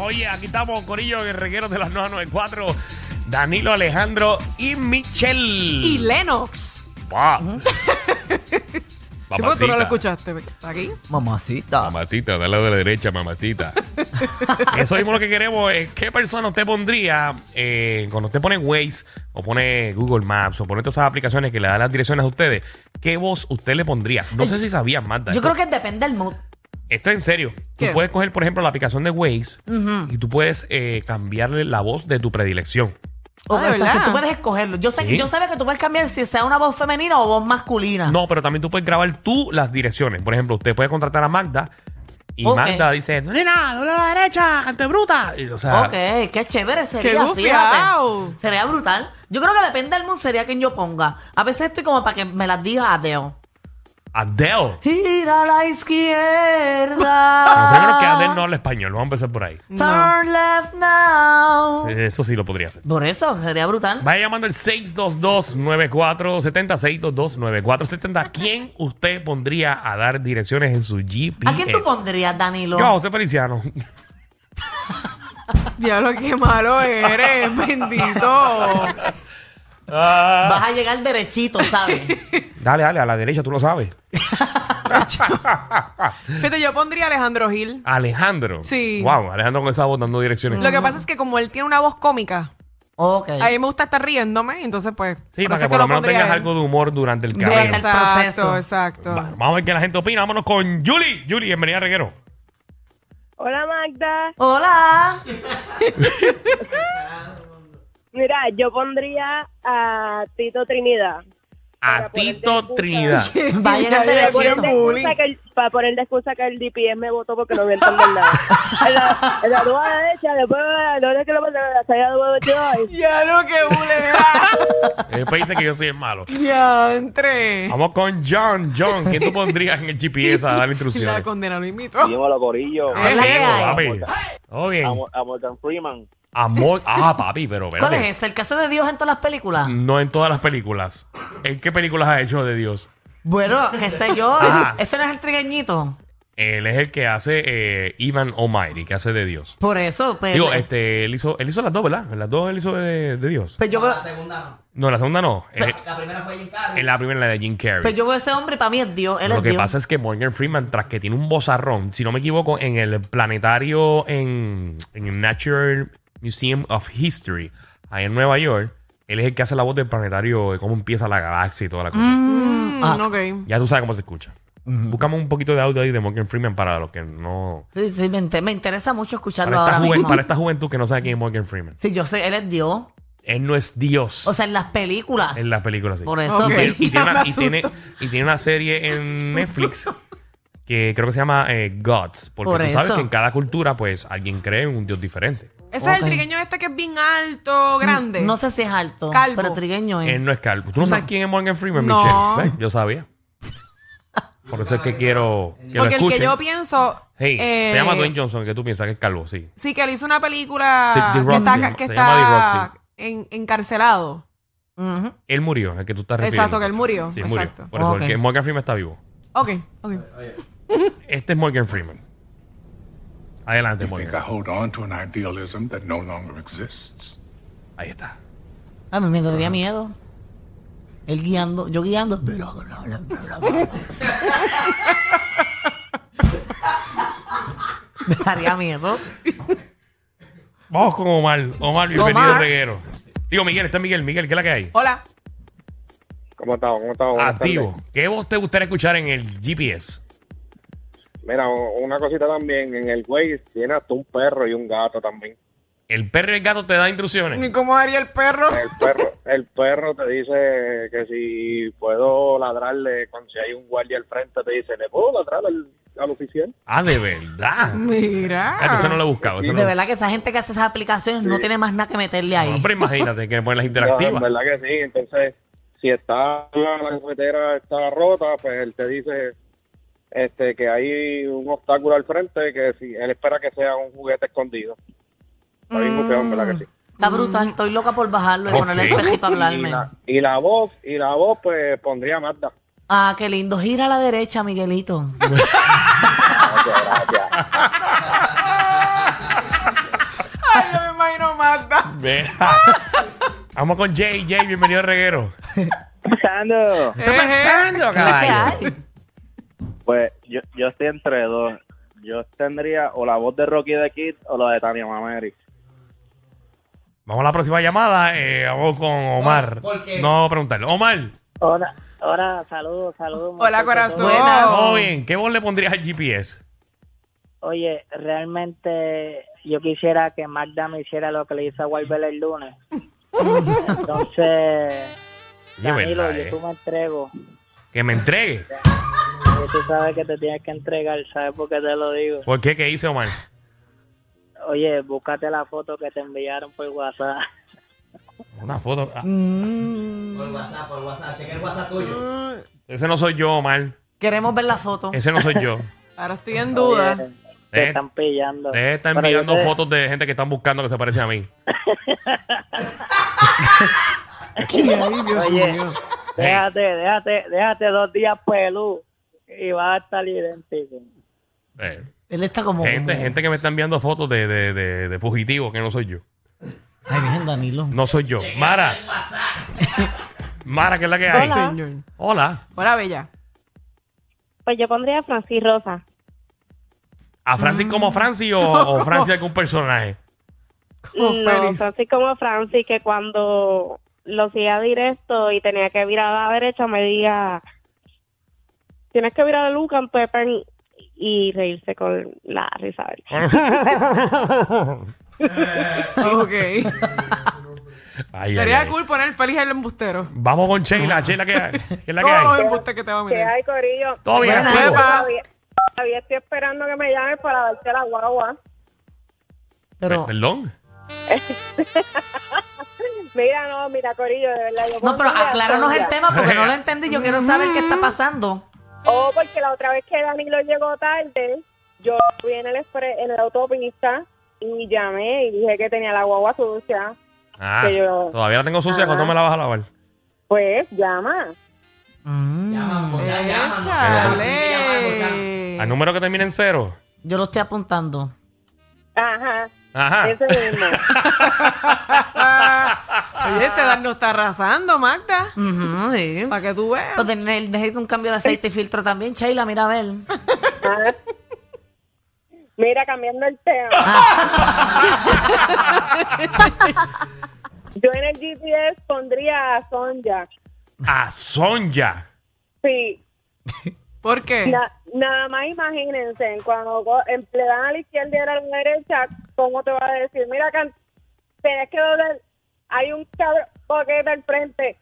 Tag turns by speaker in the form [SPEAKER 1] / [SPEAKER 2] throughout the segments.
[SPEAKER 1] Oye, aquí estamos, Corillo Guerreguero de las 994. Danilo, Alejandro y Michelle.
[SPEAKER 2] y Lennox.
[SPEAKER 1] Pa.
[SPEAKER 2] Sí, porque tú no lo escuchaste aquí.
[SPEAKER 3] Mamacita.
[SPEAKER 1] Mamacita, dale de la derecha, mamacita. Eso mismo lo que queremos es qué persona usted pondría eh, cuando usted pone Waze o pone Google Maps o pone todas esas aplicaciones que le dan las direcciones a ustedes. ¿Qué voz usted le pondría? No sé si sabías, Marta.
[SPEAKER 3] Yo
[SPEAKER 1] esto-
[SPEAKER 3] creo que depende del mood.
[SPEAKER 1] Esto es en serio.
[SPEAKER 2] ¿Qué?
[SPEAKER 1] Tú puedes coger, por ejemplo, la aplicación de Waze
[SPEAKER 2] Ah,
[SPEAKER 1] y tú puedes eh, cambiarle la voz de tu predilección.
[SPEAKER 3] O,
[SPEAKER 2] Ah, ¿de
[SPEAKER 3] o sea, que
[SPEAKER 2] verdad?
[SPEAKER 3] tú puedes escogerlo. Yo sé,
[SPEAKER 1] Sí.
[SPEAKER 3] que yo sabía que tú puedes cambiar si sea una voz femenina o voz masculina.
[SPEAKER 1] No, pero también tú puedes grabar tú las direcciones. Por ejemplo, usted puede contratar a Magda y
[SPEAKER 3] Ok.
[SPEAKER 1] Magda dice, nena, doble a la derecha, gente bruta. Y, o sea,
[SPEAKER 3] Ok, qué chévere sería.
[SPEAKER 2] Qué gufiao.
[SPEAKER 3] fíjate. Sería brutal. Yo creo que depende del mood sería quien yo ponga. A veces estoy como para que me las diga Adeo.
[SPEAKER 1] Adele.
[SPEAKER 3] Gira a la Ah.
[SPEAKER 1] Pero primero que
[SPEAKER 3] izquierda.
[SPEAKER 1] Adele no habla español, vamos a empezar por ahí.
[SPEAKER 3] Turn left now.
[SPEAKER 1] Eso sí lo podría hacer.
[SPEAKER 3] Por eso, sería brutal.
[SPEAKER 1] Vaya llamando al 622-9470, 622-9470. ¿Quién usted pondría a dar direcciones en su GPS?
[SPEAKER 3] ¿A quién tú pondrías, Danilo?
[SPEAKER 1] Yo, a José Feliciano.
[SPEAKER 2] Diablo, qué malo eres, bendito.
[SPEAKER 1] Ah,
[SPEAKER 3] Vas a llegar derechito, ¿sabes?
[SPEAKER 1] dale, dale, a la derecha, tú lo sabes.
[SPEAKER 2] Fíjate, yo pondría a Alejandro Gil.
[SPEAKER 1] Alejandro.
[SPEAKER 2] Sí.
[SPEAKER 1] Wow, Alejandro con esa voz dando direcciones.
[SPEAKER 2] Lo que pasa es que como él tiene una voz cómica,
[SPEAKER 3] ok.
[SPEAKER 2] a mí me gusta estar riéndome, entonces pues...
[SPEAKER 1] Sí, para
[SPEAKER 2] eso
[SPEAKER 1] que
[SPEAKER 2] es
[SPEAKER 1] por lo menos
[SPEAKER 2] pondría
[SPEAKER 1] tengas
[SPEAKER 2] a él.
[SPEAKER 1] algo de humor durante el camino.
[SPEAKER 3] Deja- el
[SPEAKER 2] Exacto,
[SPEAKER 3] proceso.
[SPEAKER 2] exacto.
[SPEAKER 1] Bueno, vamos a ver qué la gente opina. Vámonos con Julie. Julie, bienvenida a Reguero.
[SPEAKER 4] Hola Magda.
[SPEAKER 3] Hola.
[SPEAKER 4] Mira, yo pondría a Tito Trinidad.
[SPEAKER 1] A
[SPEAKER 4] Para ponerle
[SPEAKER 1] Tito
[SPEAKER 4] excusa.
[SPEAKER 1] Trinidad.
[SPEAKER 3] Va a llegar
[SPEAKER 2] Ya, ya,
[SPEAKER 4] Para
[SPEAKER 2] Qué
[SPEAKER 4] poner, de
[SPEAKER 3] derechito.
[SPEAKER 2] bullying.
[SPEAKER 4] excusa que el, para poner de excusa que el DPS me votó porque no voy a entender nada. En la, en la dos a la derecha, después a la hora que lo mandé, la salida de huevo yo.
[SPEAKER 2] Ya lo que bulea.
[SPEAKER 1] Después dice que yo soy el malo.
[SPEAKER 2] ya entre.
[SPEAKER 1] Vamos con John. John, ¿qué tú pondrías en el GPS a dar
[SPEAKER 2] La
[SPEAKER 1] instrucciones?
[SPEAKER 2] condena lo invitó.
[SPEAKER 5] Dímelo, Corillo.
[SPEAKER 2] Ah,
[SPEAKER 1] Amigo,
[SPEAKER 3] la que
[SPEAKER 1] papi.
[SPEAKER 2] hay.
[SPEAKER 1] Todo bien.
[SPEAKER 5] A, Mo- a Morgan Freeman.
[SPEAKER 1] Amor. Ah, papi, pero
[SPEAKER 3] ¿Cuál
[SPEAKER 1] espérate. Mm.
[SPEAKER 3] es ese? ¿El caso de Dios en todas las películas?
[SPEAKER 1] No en todas las películas. ¿En qué películas ha hecho de Dios?
[SPEAKER 3] Bueno, qué sé yo.
[SPEAKER 1] Ajá.
[SPEAKER 3] Ese no es el trigueñito.
[SPEAKER 1] Él es el que hace eh, Ivan Almighty, que hace de Dios.
[SPEAKER 3] Por eso, pues, pero.
[SPEAKER 1] Digo, este, él hizo, él hizo las dos, ¿verdad? Las dos él hizo de, de Dios.
[SPEAKER 3] pero pues yo, veo-
[SPEAKER 1] No, la segunda no. Eh, la, primera fue Jim Carrey. La primera la de Jim Carrey.
[SPEAKER 3] pero pues yo veo ese hombre y para mí es Dios. Él
[SPEAKER 1] Lo
[SPEAKER 3] es
[SPEAKER 1] que
[SPEAKER 3] Dios.
[SPEAKER 1] pasa es que Morgan Freeman, tras que tiene un bozarrón, si no me equivoco, en el planetario en, en el Natural Museum of History, ahí en Nueva York, él es el que hace la voz del planetario de cómo empieza la galaxia y toda la cosa.
[SPEAKER 2] Mm,
[SPEAKER 3] Ah.
[SPEAKER 2] ok.
[SPEAKER 1] Ya tú sabes cómo se escucha.
[SPEAKER 3] Mm.
[SPEAKER 1] Búscame un poquito de audio ahí de Morgan Freeman para los que no.
[SPEAKER 3] Sí, sí, me, inte- me interesa mucho escucharlo
[SPEAKER 1] Para esta,
[SPEAKER 3] ahora
[SPEAKER 1] juven-
[SPEAKER 3] mismo.
[SPEAKER 1] para esta juventud que no sabe quién es Morgan Freeman.
[SPEAKER 3] Sí, yo sé, él es Dios.
[SPEAKER 1] Él no es Dios
[SPEAKER 3] O sea, en las películas.
[SPEAKER 1] en las películas. sí.
[SPEAKER 3] Por eso. pues,
[SPEAKER 2] Ok.
[SPEAKER 1] Y tiene- y,
[SPEAKER 2] Ya
[SPEAKER 1] tiene
[SPEAKER 2] me
[SPEAKER 1] una, y tiene-
[SPEAKER 2] asustó.
[SPEAKER 1] y tiene una serie en Netflix que creo que se llama eh, Gods. Porque
[SPEAKER 3] Por
[SPEAKER 1] tú sabes
[SPEAKER 3] eso.
[SPEAKER 1] que en cada cultura, pues alguien cree en un dios diferente.
[SPEAKER 2] Ese es el
[SPEAKER 3] Ok.
[SPEAKER 2] trigueño este que es bien alto, grande.
[SPEAKER 3] No sé si es alto,
[SPEAKER 2] Calvo.
[SPEAKER 3] pero trigueño es.
[SPEAKER 1] Él no es calvo. ¿Tú no, sabes quién es Morgan Freeman,
[SPEAKER 2] No.
[SPEAKER 1] Michelle? ¿Ves? Yo sabía. Por eso es que quiero que lo
[SPEAKER 2] Porque el que
[SPEAKER 1] escuchen.
[SPEAKER 2] yo pienso...
[SPEAKER 1] Hey,
[SPEAKER 2] eh,
[SPEAKER 1] se llama Dwayne Johnson, que tú piensas que es calvo, sí.
[SPEAKER 2] Sí, que él hizo una película
[SPEAKER 1] Sí, The
[SPEAKER 2] que
[SPEAKER 1] Rock se llama-
[SPEAKER 2] está, que
[SPEAKER 1] se llama The
[SPEAKER 2] está
[SPEAKER 1] Rock,
[SPEAKER 2] en- encarcelado.
[SPEAKER 3] Ujú.
[SPEAKER 1] Él murió, el que tú estás refiriendo.
[SPEAKER 2] Exacto, que él murió,
[SPEAKER 1] Sí, murió.
[SPEAKER 2] exacto.
[SPEAKER 1] Por eso,
[SPEAKER 3] Ok.
[SPEAKER 1] el que Morgan Freeman está vivo.
[SPEAKER 2] Ok, ok.
[SPEAKER 1] Este es Morgan Freeman. Adelante,
[SPEAKER 6] You think I
[SPEAKER 1] Morgan.
[SPEAKER 6] hold on to an idealism that no longer exists?
[SPEAKER 1] Ahí está.
[SPEAKER 3] A mí me daría miedo. Él guiando, yo guiando. Me daría miedo.
[SPEAKER 1] Vamos con Omar. Omar, bienvenido,
[SPEAKER 3] Omar.
[SPEAKER 1] reguero. Digo, Miguel, está Miguel. Miguel, ¿qué es la que hay?
[SPEAKER 2] Hola.
[SPEAKER 5] ¿Cómo estás? ¿Cómo estás? Buenas
[SPEAKER 1] Activo. ¿Qué voz te gustaría escuchar en el GPS?
[SPEAKER 5] tardes. Mira, o- una cosita también. En el Waze tiene hasta un perro y un gato también.
[SPEAKER 1] El perro y el gato te dan instrucciones.
[SPEAKER 2] ¿Y cómo haría el perro?
[SPEAKER 5] El perro, el perro te dice que si puedo ladrarle, cuando si hay un guardia al frente, te dice, le puedo ladrar al, al oficial.
[SPEAKER 1] Ah, de verdad. Ah, eso no
[SPEAKER 2] Mira.
[SPEAKER 1] lo he buscado. Eso no
[SPEAKER 3] De
[SPEAKER 1] lo-
[SPEAKER 3] verdad que esa gente que hace esas aplicaciones no tiene más nada que meterle
[SPEAKER 1] No,
[SPEAKER 3] ahí.
[SPEAKER 1] hombre, imagínate que ponen las
[SPEAKER 5] No, en
[SPEAKER 1] interactivas.
[SPEAKER 5] verdad que sí. Entonces, si está la, la carretera está rota, pues él te dice este que hay un obstáculo al frente que si él espera que sea un juguete escondido. Está bien
[SPEAKER 3] Mm.
[SPEAKER 5] bufeado, en verdad que sí.
[SPEAKER 3] Está brutal, estoy loca por bajarlo y
[SPEAKER 1] Ok.
[SPEAKER 3] ponerle el pejito a
[SPEAKER 5] Y
[SPEAKER 3] hablarme.
[SPEAKER 5] la, y la voz, y la voz, pues pondría Mazda.
[SPEAKER 3] Ah, qué lindo. Gira a la derecha, Miguelito.
[SPEAKER 5] Gracias, gracias.
[SPEAKER 2] Ay, yo me imagino Magda.
[SPEAKER 1] Vea. Vamos con Jay. Jay, bienvenido al reguero.
[SPEAKER 7] pasando?
[SPEAKER 2] ¿Qué pasando,
[SPEAKER 3] ¿Qué es la que hay?
[SPEAKER 7] Pues yo, yo estoy entre dos. Yo tendría o la voz de Rocky de Kid o la de Tania Mameri.
[SPEAKER 1] Vamos a la próxima llamada. eh, vamos con Omar. No vamos a preguntarle. Omar,
[SPEAKER 4] Hola, hola, saludos, saludos.
[SPEAKER 2] Hola, corazón.
[SPEAKER 3] Buenas.
[SPEAKER 1] todo bien. ¿Qué voz le pondrías al GPS?
[SPEAKER 4] Oye, realmente yo quisiera que Magda me hiciera lo que le hizo a Wilber el lunes. Entonces,
[SPEAKER 1] Oye,
[SPEAKER 4] Danilo,
[SPEAKER 1] verdad,
[SPEAKER 4] yo
[SPEAKER 1] eh.
[SPEAKER 4] tú me entrego.
[SPEAKER 1] Que me entregue.
[SPEAKER 4] Porque tú sabes que te tienes que entregar, ¿sabes por qué te lo digo?
[SPEAKER 1] ¿Por qué? ¿Qué hice, Omar?
[SPEAKER 4] Oye, búscate la foto que te enviaron por WhatsApp.
[SPEAKER 1] Una foto. Ah,
[SPEAKER 8] Por WhatsApp, por WhatsApp. Checa el WhatsApp tuyo.
[SPEAKER 2] Mm,
[SPEAKER 1] ese no soy yo, Omar.
[SPEAKER 3] Queremos ver la foto.
[SPEAKER 1] Ese no soy yo.
[SPEAKER 2] Ahora estoy en duda.
[SPEAKER 1] Eh,
[SPEAKER 4] Te están pillando.
[SPEAKER 1] Ustedes están
[SPEAKER 4] Pero yo
[SPEAKER 1] enviando
[SPEAKER 4] te-
[SPEAKER 1] fotos de gente que están buscando que se parece a mí.
[SPEAKER 4] Oye,
[SPEAKER 1] Hey.
[SPEAKER 4] déjate, déjate, déjate dos días pelú y vas a estar idéntico.
[SPEAKER 1] Eh,
[SPEAKER 3] Él está como.
[SPEAKER 1] gente,
[SPEAKER 3] como-
[SPEAKER 1] gente que me está enviando fotos de, de, de- de fugitivos que no soy yo.
[SPEAKER 3] Ay, bien, Danilo.
[SPEAKER 1] No soy yo. Mara. Mara, ¿qué es la que hay?
[SPEAKER 4] Hola.
[SPEAKER 2] Señor.
[SPEAKER 1] Hola.
[SPEAKER 2] Hola, bella.
[SPEAKER 4] Pues yo pondría a Francis Rosa.
[SPEAKER 1] ¿A
[SPEAKER 4] Mm.
[SPEAKER 1] Francis como Francis o, o Francis algún personaje?
[SPEAKER 2] Como Félix.
[SPEAKER 4] Francis como Francis, que cuando lo siga directo y tenía que virar a la derecha, me diga, tienes que virar a Lucan Pepper y reírse con la risa. de él.
[SPEAKER 1] Ah.
[SPEAKER 2] Ok.
[SPEAKER 1] Ay, ay,
[SPEAKER 2] Sería
[SPEAKER 1] ay.
[SPEAKER 2] cool poner Félix el embustero.
[SPEAKER 1] Vamos con Sheila. Sheila, ¿qué, hay? ¿Qué es la que
[SPEAKER 2] Todos los
[SPEAKER 1] hay?
[SPEAKER 2] embustes que te van a mirar.
[SPEAKER 4] Corillo?
[SPEAKER 1] Todo bien.
[SPEAKER 3] Buenas,
[SPEAKER 1] activo.
[SPEAKER 2] Epa.
[SPEAKER 4] Todavía estoy esperando que me llames para darte la guagua.
[SPEAKER 3] Pero.
[SPEAKER 1] Perdón.
[SPEAKER 4] Mira, no, mira, Corillo, de verdad. Yo
[SPEAKER 3] No, pero
[SPEAKER 4] confío en
[SPEAKER 3] acláranos el
[SPEAKER 4] Sandra.
[SPEAKER 3] tema porque no lo entendí. Yo quiero saber qué está pasando.
[SPEAKER 4] Oh, porque la otra vez que Danilo llegó tarde, yo fui en el expre- en la autopista y llamé y dije que tenía la guagua sucia.
[SPEAKER 1] Ah,
[SPEAKER 4] Que yo-
[SPEAKER 1] todavía la tengo sucia. ¿Cuándo me la vas a lavar?
[SPEAKER 4] Pues llama.
[SPEAKER 3] Mm.
[SPEAKER 8] Llama, Bochan, llama.
[SPEAKER 2] Échale.
[SPEAKER 1] ¿Al número que termina en cero?
[SPEAKER 3] Yo lo estoy apuntando.
[SPEAKER 4] Ajá,
[SPEAKER 1] Ajá.
[SPEAKER 4] ese mismo.
[SPEAKER 2] Oye, este Dan nos está arrasando, Magda.
[SPEAKER 3] Ujú, sí.
[SPEAKER 2] Para que tú veas.
[SPEAKER 3] Pero tener- necesito un cambio Pues de aceite y filtro también, Sheila. Mira, a ver.
[SPEAKER 4] Ajá. Mira, cambiando el tema. yo en el GPS pondría a Sonja.
[SPEAKER 1] A Sonja.
[SPEAKER 4] Sí,
[SPEAKER 2] ¿Por qué?
[SPEAKER 4] Na- nada más imagínense, cuando go- em- le dan a la izquierda y a la derecha, ¿cómo te va a decir? Mira, can, tenés que doblar, hay un cabrón boquete al frente.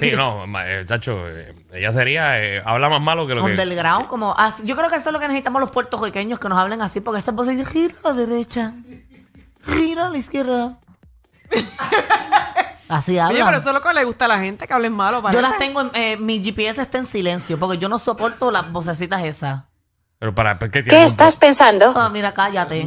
[SPEAKER 1] Sí, no, ma- eh, chacho, eh, ella sería, eh, habla más malo que lo que...
[SPEAKER 3] Underground, como. así- Yo creo que eso es lo que necesitamos los puertorriqueños que nos hablen así, porque esas voces dicen gira a la derecha, gira a la izquierda. Así
[SPEAKER 2] Oye, pero
[SPEAKER 3] hablan.
[SPEAKER 2] eso es lo que le gusta a la gente, que hablen malo.
[SPEAKER 3] Yo
[SPEAKER 2] parece.
[SPEAKER 3] las tengo, en, eh, mi GPS está en silencio, porque yo no soporto las vocecitas esas.
[SPEAKER 1] Pero para, ¿qué,
[SPEAKER 9] ¿Qué
[SPEAKER 1] tiene?
[SPEAKER 9] estás pensando?
[SPEAKER 3] Ah, mira, cállate.